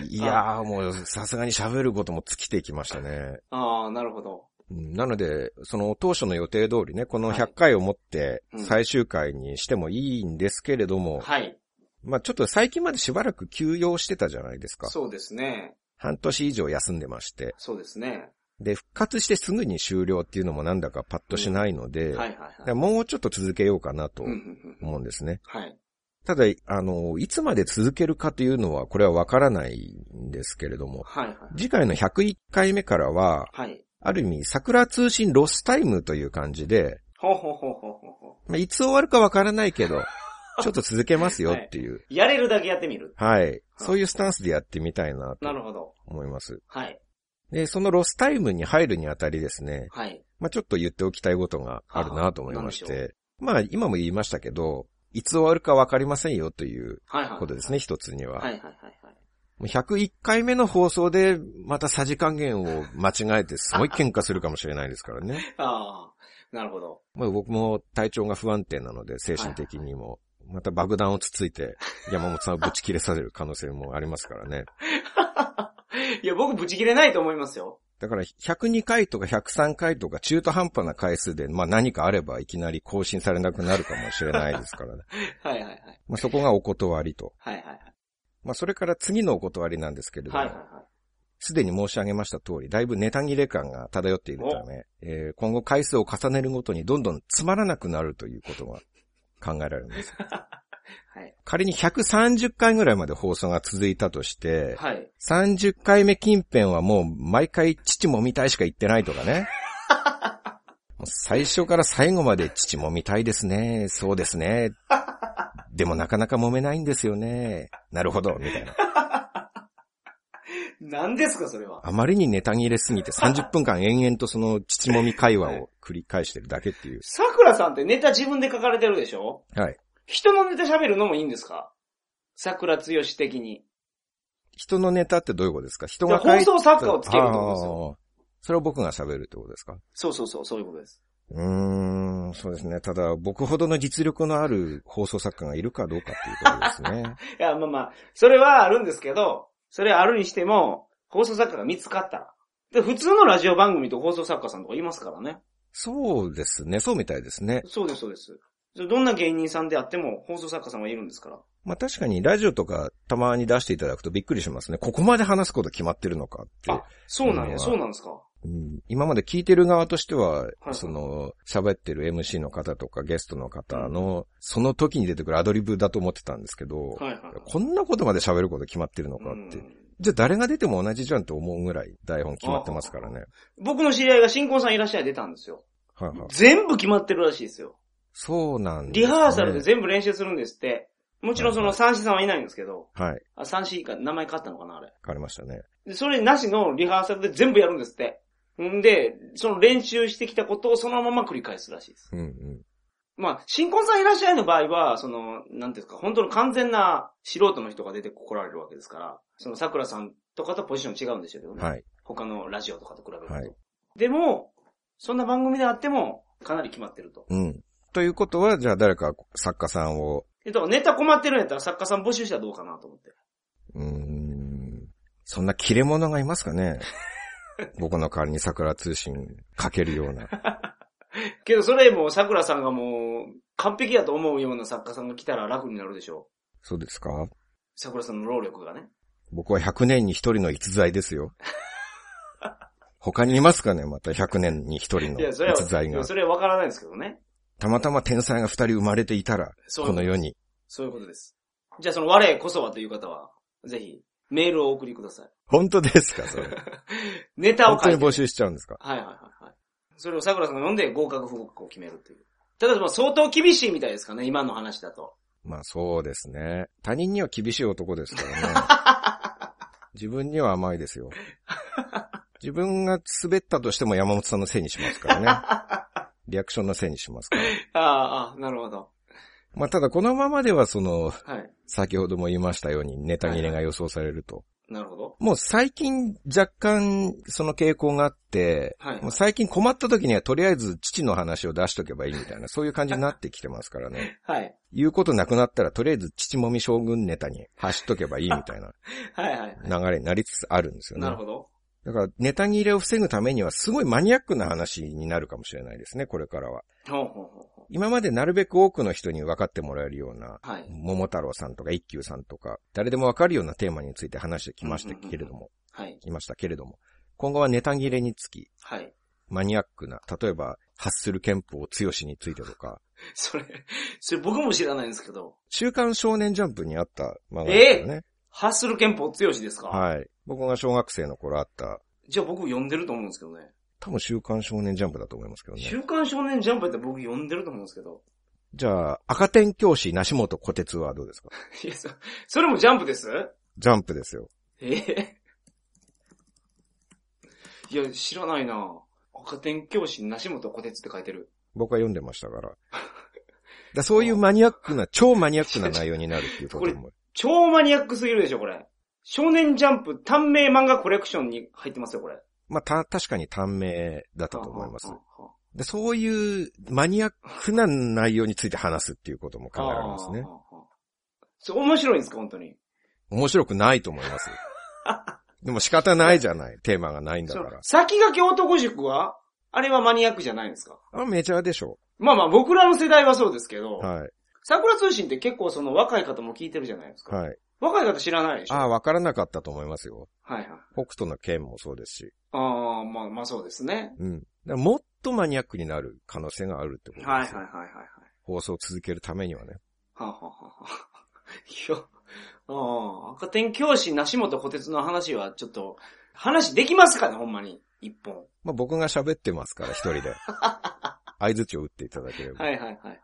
[SPEAKER 1] いやーもうさすがに喋ることも尽きてきましたね。
[SPEAKER 2] ああ、なるほど。
[SPEAKER 1] うんなので、その当初の予定通りね、この
[SPEAKER 2] はい
[SPEAKER 1] 100回をもって
[SPEAKER 2] うん
[SPEAKER 1] 最終回にしてもいいんですけれども、
[SPEAKER 2] はい。
[SPEAKER 1] まあちょっと最近までしばらく休養してたじゃないですか。
[SPEAKER 2] そうですね。
[SPEAKER 1] 半年以上休んでまして。
[SPEAKER 2] そうですね。
[SPEAKER 1] で、復活してすぐに終了っていうのもなんだかパッとしないので、
[SPEAKER 2] はいはいは
[SPEAKER 1] で
[SPEAKER 2] い。
[SPEAKER 1] もうちょっと続けようかなと
[SPEAKER 2] うんうんうん
[SPEAKER 1] 思うんですね。
[SPEAKER 2] はい。
[SPEAKER 1] ただ、あの、いつまで続けるかというのは、これはわからないんですけれども、
[SPEAKER 2] はいはい。
[SPEAKER 1] 次回の101回目からは、
[SPEAKER 2] はい。
[SPEAKER 1] ある意味、桜通信ロスタイムという感じで、
[SPEAKER 2] ほうほうほうほうほうほ
[SPEAKER 1] まあ、いつ終わるかわからないけど、ちょっと続けますよっていう、
[SPEAKER 2] う。やれるだけやってみる。
[SPEAKER 1] はい、そういうスタンスでやってみたいな
[SPEAKER 2] な
[SPEAKER 1] と
[SPEAKER 2] るほど。
[SPEAKER 1] 思います。
[SPEAKER 2] はい。
[SPEAKER 1] で、そのロスタイムに入るにあたりですね、
[SPEAKER 2] はい。
[SPEAKER 1] まあ、ちょっと言っておきたいことがあるなと思いまし
[SPEAKER 2] はあなん
[SPEAKER 1] て、まあ、今も言いましたけど、いつ終わるかわかりませんよという
[SPEAKER 2] はいはい。
[SPEAKER 1] ことですね、一つには。
[SPEAKER 2] はいはいはいはい。
[SPEAKER 1] もう101回目の放送で、またさじ加減を間違えて、すごい喧嘩するかもしれないですから
[SPEAKER 2] <laughs>
[SPEAKER 1] ね。
[SPEAKER 2] ああ、なるほど。
[SPEAKER 1] まあ僕も体調が不安定なので、精神的にも。また爆弾をつついて、山本さんをぶち切れさせる可能性もありますからね。
[SPEAKER 2] いや、僕ブチ切れないと思いますよ。
[SPEAKER 1] だから、102回とか103回とか中途半端な回数で、まあ何かあればいきなり更新されなくなるかもしれないですからね。
[SPEAKER 2] はいはいはい。
[SPEAKER 1] まあそこがお断りと。
[SPEAKER 2] はいはいはい。
[SPEAKER 1] まあそれから次のお断りなんですけれども、
[SPEAKER 2] はいはいはい。
[SPEAKER 1] すでに申し上げました通り、だいぶネタ切れ感が漂っているため、えー今後回数を重ねるごとにどんどんつまらなくなるということが <laughs> 考えられます。
[SPEAKER 2] はい。
[SPEAKER 1] 仮に130回ぐらいまで放送が続いたとして、
[SPEAKER 2] はい。
[SPEAKER 1] 30回目近辺はもう毎回父もみたいしか言ってないとか
[SPEAKER 2] <laughs>
[SPEAKER 1] ね。もう最初から最後まで父もみたいですね。そうですね。でもなかなか揉めないんですよね。なるほど、みたいな。
[SPEAKER 2] 何ですか、それは。
[SPEAKER 1] あまりにネタ切れすぎて30分間延々とその父もみ会話を繰り返してるだけって
[SPEAKER 2] <laughs>
[SPEAKER 1] いう。
[SPEAKER 2] 桜さんってネタ自分で書かれてるでしょ
[SPEAKER 1] はい。
[SPEAKER 2] 人のネタ喋るのもいいんですか桜つよし的に。
[SPEAKER 1] 人のネタってどういうことですか人
[SPEAKER 2] だ
[SPEAKER 1] が
[SPEAKER 2] から放
[SPEAKER 1] 送
[SPEAKER 2] 送作家をつけるってことですよ。
[SPEAKER 1] それを僕が喋るってことですか
[SPEAKER 2] そうそうそう、そういうことです。
[SPEAKER 1] うーん、そうですね。ただ、僕ほどの実力のある放送作家がいるかどうかっていうことです
[SPEAKER 2] <laughs>
[SPEAKER 1] ね。
[SPEAKER 2] いや、まあまあ、それはあるんですけど、それはあるにしても、放送作家が見つかったら。で、普通のラジオ番組と放送作家さんとかいますからね。
[SPEAKER 1] そうですね。そうみたいですね。
[SPEAKER 2] そうです、そうです。どんな芸人さんであっても、放送作家さんはいるんですから。
[SPEAKER 1] まあ確かにラジオとかたまに出していただくとびっくりしますね。ここまで話すこと決まってるのかって。
[SPEAKER 2] あ、そうなん
[SPEAKER 1] う
[SPEAKER 2] や、
[SPEAKER 1] ん
[SPEAKER 2] そうなんですか。
[SPEAKER 1] うん今まで聞いてる側としては、
[SPEAKER 2] はい
[SPEAKER 1] その、喋ってる MC の方とかゲストの方の、その時に出てくるアドリブだと思ってたんですけど、
[SPEAKER 2] はいはいはい。
[SPEAKER 1] こんなことまで喋ること決まってるのかって。
[SPEAKER 2] うん
[SPEAKER 1] じゃあ誰が出ても同じじゃんと思うぐらい台本決まってますからね。
[SPEAKER 2] 僕の知り合いが新婚さんいらっしゃい出たんですよ。
[SPEAKER 1] はいはい。
[SPEAKER 2] 全部決まってるらしいですよ。
[SPEAKER 1] そうなんです、
[SPEAKER 2] リ
[SPEAKER 1] ね。
[SPEAKER 2] ハーサルで全部練習するんですって。もちろんそ
[SPEAKER 1] は
[SPEAKER 2] の
[SPEAKER 1] い
[SPEAKER 2] 三子さんはいないんですけど、
[SPEAKER 1] はい。わ
[SPEAKER 2] あ、三子か、名前変わったのかな、あれ。
[SPEAKER 1] かりましたね。
[SPEAKER 2] で、それなしのリハーサルで全部やるんですって。んで、その練習してきたことをそのまま繰り返すらしいです。
[SPEAKER 1] うんうん。
[SPEAKER 2] まあ、新婚さんいらっしゃいの場合は、その、なんていうんですか、本当の完全な素人の人が出てこられるわけですから、その桜さんとかとポジション違うんでしょうけどね。
[SPEAKER 1] はい。
[SPEAKER 2] 他のラジオとかと比べると。
[SPEAKER 1] はい
[SPEAKER 2] でも、そんな番組であっても、かなり決まってると。
[SPEAKER 1] うん。ということは、じゃあ誰か作家さんを、
[SPEAKER 2] えっと、ネタ困ってるんやったら作家さん募集したらどうかなと思って。
[SPEAKER 1] うーん、そんな切れ者がいますか
[SPEAKER 2] <laughs>
[SPEAKER 1] ね僕の代わりに桜通信かけるような。
[SPEAKER 2] けどそれも桜さんがもう、完璧やと思うような作家さんが来たら楽になるでしょう。
[SPEAKER 1] そうですか
[SPEAKER 2] 桜さんの労力がね。
[SPEAKER 1] 僕は100年に一人の逸材ですよ。 <laughs> 他にいますかねまた100年に一人
[SPEAKER 2] い
[SPEAKER 1] の
[SPEAKER 2] や、それは、
[SPEAKER 1] 逸材
[SPEAKER 2] い
[SPEAKER 1] が
[SPEAKER 2] や。それはわからないですけどね。
[SPEAKER 1] たまたま天才が二人生まれていたら、
[SPEAKER 2] そう
[SPEAKER 1] この世に。
[SPEAKER 2] そういうことです。じゃあその我こそはという方は、ぜひ、メールをお送りください。
[SPEAKER 1] 本当ですか、
[SPEAKER 2] <laughs>
[SPEAKER 1] それ。
[SPEAKER 2] ネタ
[SPEAKER 1] 本
[SPEAKER 2] を書
[SPEAKER 1] 当
[SPEAKER 2] い
[SPEAKER 1] に
[SPEAKER 2] て。
[SPEAKER 1] 募集しちゃうんですか。
[SPEAKER 2] はいはいはいはい。それを桜さんが読んで合格不合格を決めるっていう。ただまあ相当厳しいみたいですかね、今の話だと。
[SPEAKER 1] まあそうですね。他人には厳しい男ですからね。
[SPEAKER 2] <laughs>
[SPEAKER 1] 自分には甘いですよ。自分が滑ったとしても山本さんのせいにしますから
[SPEAKER 2] <laughs>
[SPEAKER 1] ね。リアクションのせいにしますから。
[SPEAKER 2] ああ、ああ、なるほど。
[SPEAKER 1] まあただこのままではその、
[SPEAKER 2] はい。
[SPEAKER 1] 先ほども言いましたようにネタ切れが予想されると。
[SPEAKER 2] なるほど。
[SPEAKER 1] もう最近若干その傾向があって、
[SPEAKER 2] はい
[SPEAKER 1] もう最近困った時にはとりあえず父の話を出しとけばいいみたいな、そういう感じになってきてますからね。
[SPEAKER 2] はい。
[SPEAKER 1] 言うことなくなったらとりあえず父もみ将軍ネタに走っとけばいいみたいな
[SPEAKER 2] はいはい。
[SPEAKER 1] 流れになりつつあるんですよね
[SPEAKER 2] なる。ほど。
[SPEAKER 1] だからネタ切れを防ぐためにはすごいマニアックな話になるかもしれないですね、これからは。
[SPEAKER 2] ほうほうほうほ
[SPEAKER 1] 今までなるべく多くの人に分かってもらえるような、
[SPEAKER 2] う。はい。
[SPEAKER 1] 桃太郎さんとか一休さんとか、誰でもわかるようなテーマについて話してきましたけれども、
[SPEAKER 2] はい。
[SPEAKER 1] きましたけれども、今後はネタ切れにつき、
[SPEAKER 2] はい。
[SPEAKER 1] マニアックな、例えば、ハッスル憲法強しについてとか、
[SPEAKER 2] それ、それ僕も知らないんですけど、
[SPEAKER 1] 週刊少年ジャンプにあった漫画ですよね。
[SPEAKER 2] ハッスル憲法強しですか
[SPEAKER 1] はい。僕が小学生の頃あった、
[SPEAKER 2] じゃあ僕読んでると思うんですけどね。
[SPEAKER 1] 多分週刊少年ジャンプだと思いますけどね。
[SPEAKER 2] 週刊少年ジャンプやったら僕読んでると思うんですけど。
[SPEAKER 1] じゃあ、赤点教師、梨本小鉄はどうですか
[SPEAKER 2] いや、そ、それもジャンプです
[SPEAKER 1] ジャンプですよ。
[SPEAKER 2] ええいや、知らないな赤点教師、梨本小鉄って書いてる。
[SPEAKER 1] 僕は読んでました
[SPEAKER 2] <laughs>
[SPEAKER 1] から。だからそういうマニアックな、超マニアックな内容になるっていうことも。
[SPEAKER 2] 超マニアックすぎるでしょ、これ。少年ジャンプ短命漫画コレクションに入ってますよ、これ。だ
[SPEAKER 1] まあ、た、確かに短命だったと思います。
[SPEAKER 2] 考
[SPEAKER 1] で、そういうマニアックな内容について話すっていうことも考えられますね。。
[SPEAKER 2] ああああそう、面白いんですか、本当に。
[SPEAKER 1] 面白くないと思い
[SPEAKER 2] <laughs>
[SPEAKER 1] ます。でも仕方ないじゃない。テーマがないんだ
[SPEAKER 2] そ
[SPEAKER 1] か
[SPEAKER 2] の
[SPEAKER 1] ら。
[SPEAKER 2] 先駆け男塾はあれはマニアックじゃないんですか
[SPEAKER 1] あメジャーでしょ。
[SPEAKER 2] まあまあ、僕らの世代はそうですけど、
[SPEAKER 1] はい。
[SPEAKER 2] 桜通信って結構その若い方も聞いてるじゃないですか。
[SPEAKER 1] はい。
[SPEAKER 2] 若い方知らないでしょ
[SPEAKER 1] ああ、わからなかったと思いますよ。
[SPEAKER 2] はいはい。
[SPEAKER 1] 北斗の剣もそうですし。
[SPEAKER 2] ああ、まあまあそうですね。
[SPEAKER 1] うん。だからもっとマニアックになる可能性があるってことですよ。
[SPEAKER 2] はいはいはいはい。はい
[SPEAKER 1] 放送を続けるためにはね。
[SPEAKER 2] はあ、はあはあ <laughs> はあ、いや、ああ、赤点教師、梨本小鉄の話はちょっと、話できますかね、ほんまに。一本。
[SPEAKER 1] まあ、僕が喋ってますから、一人
[SPEAKER 2] <laughs>
[SPEAKER 1] で。合図を打っていただければ。
[SPEAKER 2] はいはいはいはい。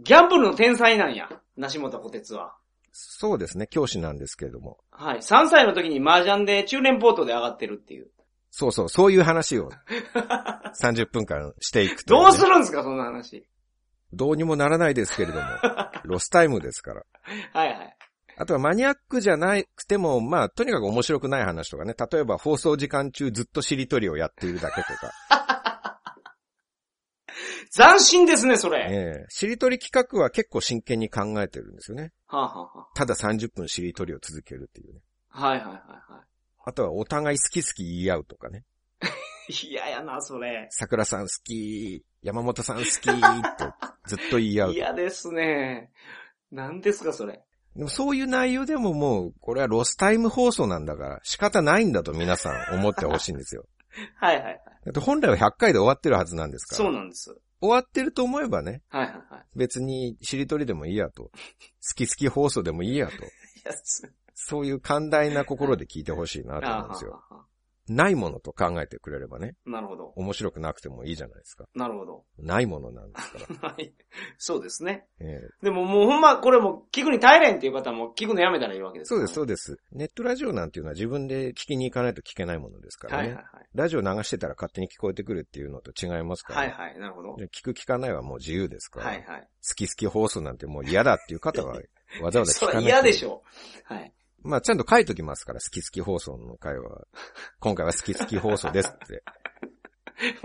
[SPEAKER 2] ギャンブルの天才なんや、梨本小鉄は。
[SPEAKER 1] そうですね。教師なんですけれども。
[SPEAKER 2] はい。3歳の時に麻雀で中連ポートで上がってるっていう。
[SPEAKER 1] そうそう、そういう話
[SPEAKER 2] <laughs>
[SPEAKER 1] を30分間していくと、
[SPEAKER 2] どうするんですか、そんな話。
[SPEAKER 1] どうにもならないですけれども、ロスタイムですから。
[SPEAKER 2] はいはい。
[SPEAKER 1] あとはマニアックじゃなくても、まあ、とにかく面白くない話とかね、例えば放送時間中ずっとしりとりをやっているだけと
[SPEAKER 2] <laughs>
[SPEAKER 1] か、
[SPEAKER 2] 斬新ですね、それ。
[SPEAKER 1] ええしりとり企画は結構真剣に考えてるんですよね。
[SPEAKER 2] はあ、はあは
[SPEAKER 1] ただ30分しりとりを続けるっていうね。
[SPEAKER 2] あ、はいはいはいは
[SPEAKER 1] あとはお互い好き好き言い合うとかね。
[SPEAKER 2] い。嫌やな、それ。
[SPEAKER 1] 桜さん好き、山本さん好き、とずっと言い合う。
[SPEAKER 2] 嫌ですね。何ですか、それ。
[SPEAKER 1] でもそういう内容でももう、これはロスタイム放送なんだから、仕方ないんだと皆さん思ってほしいん
[SPEAKER 2] <laughs>
[SPEAKER 1] ですよ。
[SPEAKER 2] はいはいはい。
[SPEAKER 1] だって本来は100回で終わってるはずなんですから。
[SPEAKER 2] そうなんです。
[SPEAKER 1] 終わってると思えばね、
[SPEAKER 2] はいはいはい。
[SPEAKER 1] 別にしりとりでもいいや
[SPEAKER 2] <laughs>
[SPEAKER 1] と。好き好き放送でもいいやと。
[SPEAKER 2] いや、す
[SPEAKER 1] そういう寛大な心で聞いてほしいなと思うんですよ。
[SPEAKER 2] あーはーは
[SPEAKER 1] ないものと考えてくれればね、
[SPEAKER 2] ーなるほど。
[SPEAKER 1] 面白くなくてもいいじゃないですか。
[SPEAKER 2] なるほど。 <laughs>
[SPEAKER 1] ないものなんですから。
[SPEAKER 2] はい。そうですね。
[SPEAKER 1] ええ
[SPEAKER 2] でももうほんま、これもう聞くに耐えれんっていう方はもう聞くのやめたらいいわけです
[SPEAKER 1] そ
[SPEAKER 2] ね、
[SPEAKER 1] うです、そうです。ネットラジオなんていうのは自分で聞きに行かないと聞けないものですからね。
[SPEAKER 2] はいはいはい。
[SPEAKER 1] ラジオ流してたら勝手に聞こえてくるっていうのと違いますから、
[SPEAKER 2] はいはい。なるほど。
[SPEAKER 1] で聞く聞かないはもう自由ですから、
[SPEAKER 2] はいはい。
[SPEAKER 1] 好き好き放送なんてもう嫌だっていう方は
[SPEAKER 2] <laughs>
[SPEAKER 1] わざわざ聞
[SPEAKER 2] そ
[SPEAKER 1] かな
[SPEAKER 2] れ
[SPEAKER 1] い。
[SPEAKER 2] 嫌でし
[SPEAKER 1] ょ。
[SPEAKER 2] ょう。はい。 <laughs>
[SPEAKER 1] まあちゃんと書いときますから、好き好き放送の回は、今回は好き好き放送ですって。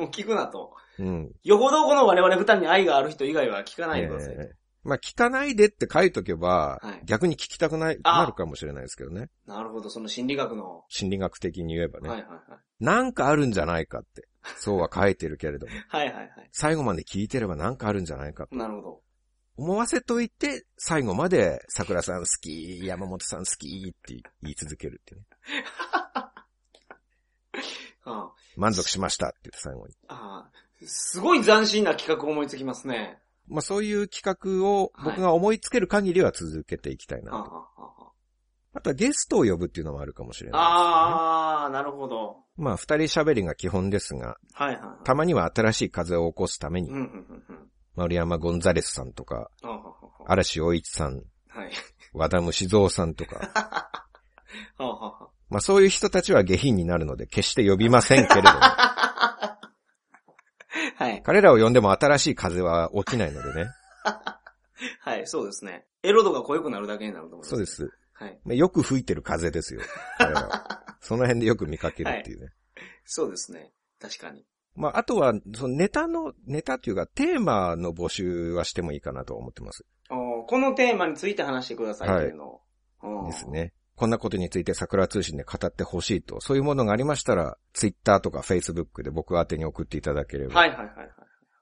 [SPEAKER 2] もう聞くなと。
[SPEAKER 1] うん。
[SPEAKER 2] よほどこの我々二人に愛がある人以外は聞かないでくださいと。
[SPEAKER 1] ええまあ聞かないでって書いとけば、
[SPEAKER 2] はい
[SPEAKER 1] 逆に聞きたくない、
[SPEAKER 2] あ
[SPEAKER 1] なるかもしれないですけどね。
[SPEAKER 2] なるほど、その心理学の。
[SPEAKER 1] 心理学的に言えばね、
[SPEAKER 2] はいはいはい。
[SPEAKER 1] なんかあるんじゃないかって。そうは書いてるけれ
[SPEAKER 2] <laughs>
[SPEAKER 1] ども。
[SPEAKER 2] はいはいはい。
[SPEAKER 1] 最後まで聞いてればなんかあるんじゃないかと
[SPEAKER 2] なるほど。
[SPEAKER 1] 思わせといて、最後まで桜さん好き、山本さん好きって言い続けるっていうね。
[SPEAKER 2] あ
[SPEAKER 1] 満足しましたって言って最後に。
[SPEAKER 2] あああすごい斬新な企画を思いつきますね。
[SPEAKER 1] まあそういう企画を僕が思いつける限りは続けていきたいなと。
[SPEAKER 2] はあはあはあは
[SPEAKER 1] あとはゲストを呼ぶっていうのもあるかもしれないですね、
[SPEAKER 2] ああー、なるほど。
[SPEAKER 1] まあ二人喋りが基本ですが、
[SPEAKER 2] はいはいはい。
[SPEAKER 1] たまには新しい風を起こすために
[SPEAKER 2] うん、うんうんうん。
[SPEAKER 1] 丸山ゴンザレスさんとか、
[SPEAKER 2] あははは
[SPEAKER 1] 嵐洋一さん、
[SPEAKER 2] はい。
[SPEAKER 1] 和田虫蔵さんとか、 <laughs>
[SPEAKER 2] はあはあは
[SPEAKER 1] まあそういう人たちは下品になるので決して呼びませんけれど
[SPEAKER 2] <laughs>
[SPEAKER 1] も、
[SPEAKER 2] あはい。
[SPEAKER 1] 彼らを呼んでも新しい風は起きないのでね。
[SPEAKER 2] はい、そうですね。エロ度が濃ゆくなるだけになると思います。
[SPEAKER 1] そうで。す。
[SPEAKER 2] はい。
[SPEAKER 1] まあよく吹いてる風ですよ。彼らは
[SPEAKER 2] <laughs>
[SPEAKER 1] その辺でよく見かけるっていうね。
[SPEAKER 2] そうですね。確かに。
[SPEAKER 1] まあ、あとは、そのネタの、ネタというか、テーマの募集はしてもいいかなと思ってます。
[SPEAKER 2] おーこのテーマについて話してくださいっていうのを。うん
[SPEAKER 1] です。ね。こんなことについて桜通信で語ってほしいと、そういうものがありましたら、ツイッターとかフェイスブックで僕宛てに送っていただければ。
[SPEAKER 2] はいはいはいはい。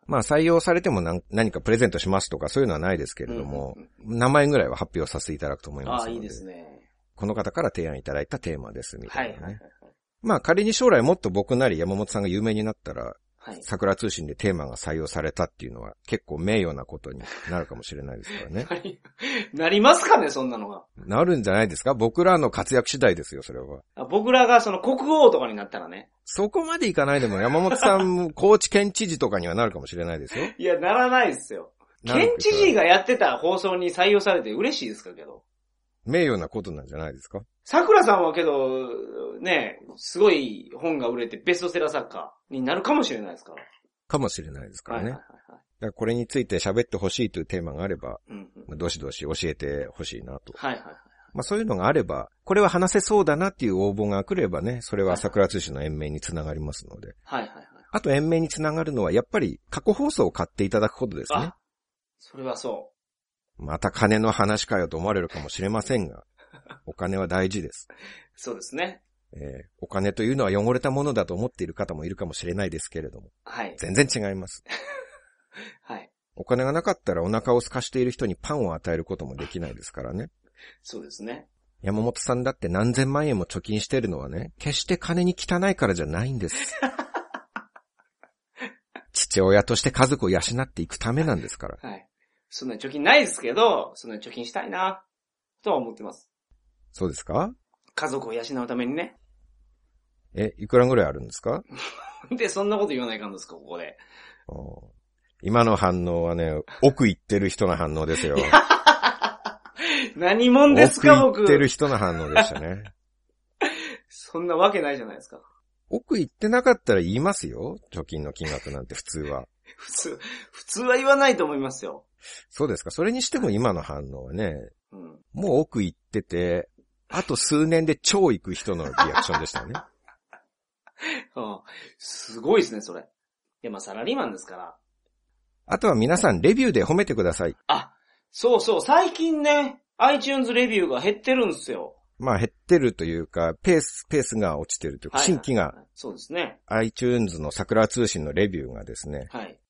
[SPEAKER 1] まあ、採用されても何何かプレゼントしますとか、そういうのはないですけれども、名前ぐらいは発表させていただくと思いま
[SPEAKER 2] あ
[SPEAKER 1] す
[SPEAKER 2] あ、
[SPEAKER 1] ので。
[SPEAKER 2] いいですね。
[SPEAKER 1] この方から提案いただいたテーマです、みた
[SPEAKER 2] はいい
[SPEAKER 1] な
[SPEAKER 2] は
[SPEAKER 1] ね。
[SPEAKER 2] いはい。
[SPEAKER 1] まあ、仮に将来もっと僕なり山本さんが有名になったら、
[SPEAKER 2] はい。
[SPEAKER 1] 桜通信でテーマが採用されたっていうのは結構名誉なことになるかもしれないですからね。 <laughs>
[SPEAKER 2] <laughs> なりますかね、そんなのが。
[SPEAKER 1] なるんじゃないですか僕らの活躍次第ですよ、それは。
[SPEAKER 2] あ僕らがその国王とかになったらね。
[SPEAKER 1] そこまでいかないでも山本さんも高知県知事とかにはなるかもしれないですよ。
[SPEAKER 2] いや、ならないですよ。県知事
[SPEAKER 1] が。
[SPEAKER 2] がやってた放送に採用されて嬉しいですかけど。
[SPEAKER 1] 名誉なことなんじゃないですか
[SPEAKER 2] 桜さんはけど、ね、すごい本が売れてベストセラー作家になるかもしれないですから。
[SPEAKER 1] かもしれないですか
[SPEAKER 2] は
[SPEAKER 1] ら
[SPEAKER 2] い
[SPEAKER 1] ね。
[SPEAKER 2] はいは
[SPEAKER 1] だ
[SPEAKER 2] い
[SPEAKER 1] か
[SPEAKER 2] はい。
[SPEAKER 1] らこれについて喋ってほしいというテーマがあれば、
[SPEAKER 2] うんうん。
[SPEAKER 1] まあどしどし教えてほしいなと。
[SPEAKER 2] はいはいはい。
[SPEAKER 1] まあそういうのがあれば、これは話せそうだなっていう応募が来ればね、それは桜通信の延命につながりますので。
[SPEAKER 2] はいはいはい。
[SPEAKER 1] あと延命につながるのは、やっぱり過去放送を買っていただくことですね
[SPEAKER 2] あ。、それはそ
[SPEAKER 1] また金の話かよと思われるかもしれませんが、お金は大事です。
[SPEAKER 2] う。そうですね。
[SPEAKER 1] えーお金というのは汚れたものだと思っている方もいるかもしれないですけれども、
[SPEAKER 2] はい。
[SPEAKER 1] 全然違います。
[SPEAKER 2] はい。
[SPEAKER 1] お金がなかったらお腹を空かしている人にパンを与えることもできないですからね。
[SPEAKER 2] そうですね。
[SPEAKER 1] 山本さんだって何千万円も貯金してるのはね、決して金に汚いからじゃないんです。父親として家族を養っていくためなんですから。
[SPEAKER 2] はい。そんなに貯金ないですけど、そんなに貯金したいな、とは思ってます。
[SPEAKER 1] そうですか
[SPEAKER 2] 家族を養うためにね。
[SPEAKER 1] え、いくらぐらいあるんですか
[SPEAKER 2] で、そんなこと言わないかんですか、ここで。 <laughs>
[SPEAKER 1] うん今の反応はね、奥行ってる人の反応ですよ。
[SPEAKER 2] <laughs> 何者です
[SPEAKER 1] 奥
[SPEAKER 2] か、
[SPEAKER 1] 行
[SPEAKER 2] 僕
[SPEAKER 1] って。る人の反応でしたね。 <laughs>
[SPEAKER 2] そんなわけないじゃないですか。
[SPEAKER 1] 奥行ってなかったら言いますよ。貯金の金額なんて普通は。
[SPEAKER 2] 普通、普通は言わないと思いますよ。
[SPEAKER 1] そうですか。それにしても今の反応はね、
[SPEAKER 2] うん。
[SPEAKER 1] もう奥行ってて、あと数年で超行く人のリアクションで
[SPEAKER 2] <laughs>
[SPEAKER 1] したね。
[SPEAKER 2] ああすごいですね、それ。いや、まあ、サラリーマンですから。
[SPEAKER 1] あとは皆さんレビューで褒めてください。
[SPEAKER 2] あ、そうそう、最近ね、iTunes レビューが減ってるんですよ。
[SPEAKER 1] まあ減ってるというか、ペース、ペースが落ちてるというか、
[SPEAKER 2] はい
[SPEAKER 1] 新規が。
[SPEAKER 2] そうですね。
[SPEAKER 1] iTunes の桜通信のレビューがですね、
[SPEAKER 2] はい。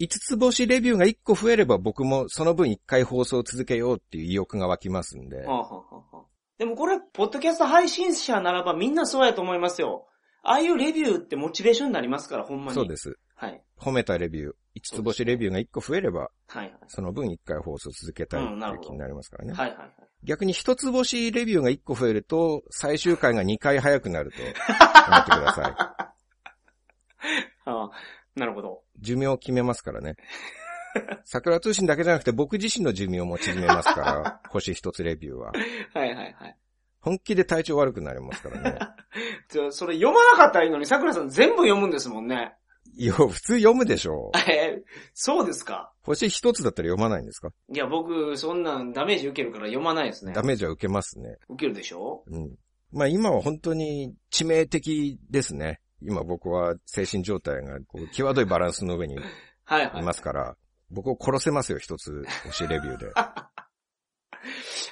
[SPEAKER 1] 5つ星レビューが1個増えれば僕もその分1回放送を続けようっていう意欲が湧きますんで
[SPEAKER 2] はあ、、はあはあはあ、でもこれ、ポッドキャスト配信者ならばみんなそうやと思いますよ。ああいうレビューってモチベーションになりますから、ほんまに。。
[SPEAKER 1] そうですす。
[SPEAKER 2] はい。
[SPEAKER 1] 褒めたレビュー、5つ星レビューが1個増えれば、
[SPEAKER 2] はいはい。
[SPEAKER 1] その分1回放送を続けたいって
[SPEAKER 2] うんない
[SPEAKER 1] う
[SPEAKER 2] るほど
[SPEAKER 1] 気になりますからね。
[SPEAKER 2] はいはいはい。
[SPEAKER 1] 逆に1つ星レビューが1個増えると、最終回が2回早くな
[SPEAKER 2] <laughs>
[SPEAKER 1] ると思ってくださ
[SPEAKER 2] ああ、なるほど。
[SPEAKER 1] い。寿命を決めますからね。桜通信だけじゃなくて僕自身の寿命も縮めます
[SPEAKER 2] <laughs>
[SPEAKER 1] から、星1つレビューは。
[SPEAKER 2] はいはいはい。
[SPEAKER 1] 本気で体調悪くなりますからね。
[SPEAKER 2] じゃあそれ読まなかったらいいのに、桜さん全部読むんですもん <laughs> ね。
[SPEAKER 1] いや、普通読むでしょう。
[SPEAKER 2] えーそうですか。
[SPEAKER 1] 星1つだったら読まないんですか
[SPEAKER 2] いや、僕、そんなんダメージ受けるから読まないですね。
[SPEAKER 1] ダメージは受けますね。
[SPEAKER 2] 受けるでしょ
[SPEAKER 1] うん。まあ今は本当に致命的ですね。今僕は精神状態がこう際どいバランスの上にい
[SPEAKER 2] はいはい。
[SPEAKER 1] ますから、僕を殺せますよ、一つ、星レビュー
[SPEAKER 2] <laughs>
[SPEAKER 1] で。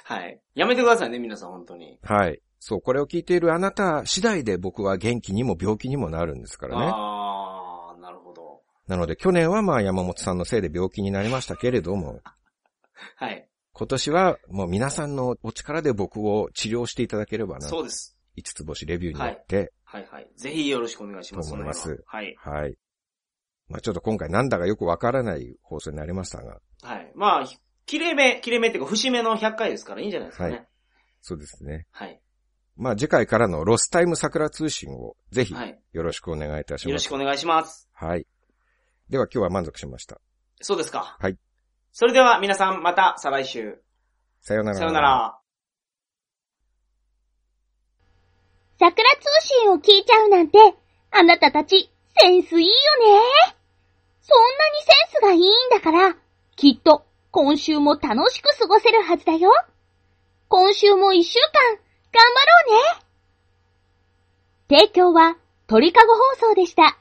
[SPEAKER 2] はい。やめてくださいね、皆さん、本当に。
[SPEAKER 1] はい。そう、これを聞いているあなた次第で僕は元気にも病気にもなるんですからね。
[SPEAKER 2] ああ、なるほど。
[SPEAKER 1] なので去年はまあ山本さんのせいで病気になりましたけれども、
[SPEAKER 2] はい。
[SPEAKER 1] 今年はもう皆さんのお力で僕を治療していただければな、
[SPEAKER 2] そうです。
[SPEAKER 1] 五つ星レビューによって、
[SPEAKER 2] はいはい。ぜひよろしくお願いします。
[SPEAKER 1] と思います
[SPEAKER 2] その辺ははい。
[SPEAKER 1] はい。まあちょっと今回なんだかよくわからない放送になりましたが、
[SPEAKER 2] はい。まあ、ひ切れ目、切れ目っていうか、節目の100回ですからいいんじゃないですかね。
[SPEAKER 1] そうですね。
[SPEAKER 2] はい。
[SPEAKER 1] まあ次回からのロスタイム桜通信をぜひ
[SPEAKER 2] はい。
[SPEAKER 1] よろしくお願いいたし
[SPEAKER 2] よ
[SPEAKER 1] ま
[SPEAKER 2] ろ
[SPEAKER 1] す
[SPEAKER 2] し。くお願いします。
[SPEAKER 1] はい。では今日は満足しました。
[SPEAKER 2] そうですか。
[SPEAKER 1] はい。
[SPEAKER 2] それでは皆さんまた再来週。
[SPEAKER 1] さようなら。
[SPEAKER 2] さような。ら。
[SPEAKER 3] 桜通信を聞いちゃうなんて、あなたたち、センスいいよね。そんなにセンスがいいんだから、きっと、今週も楽しく過ごせるはずだよ。今週も一週間、頑張ろうね。提供は、鳥かご放送でした。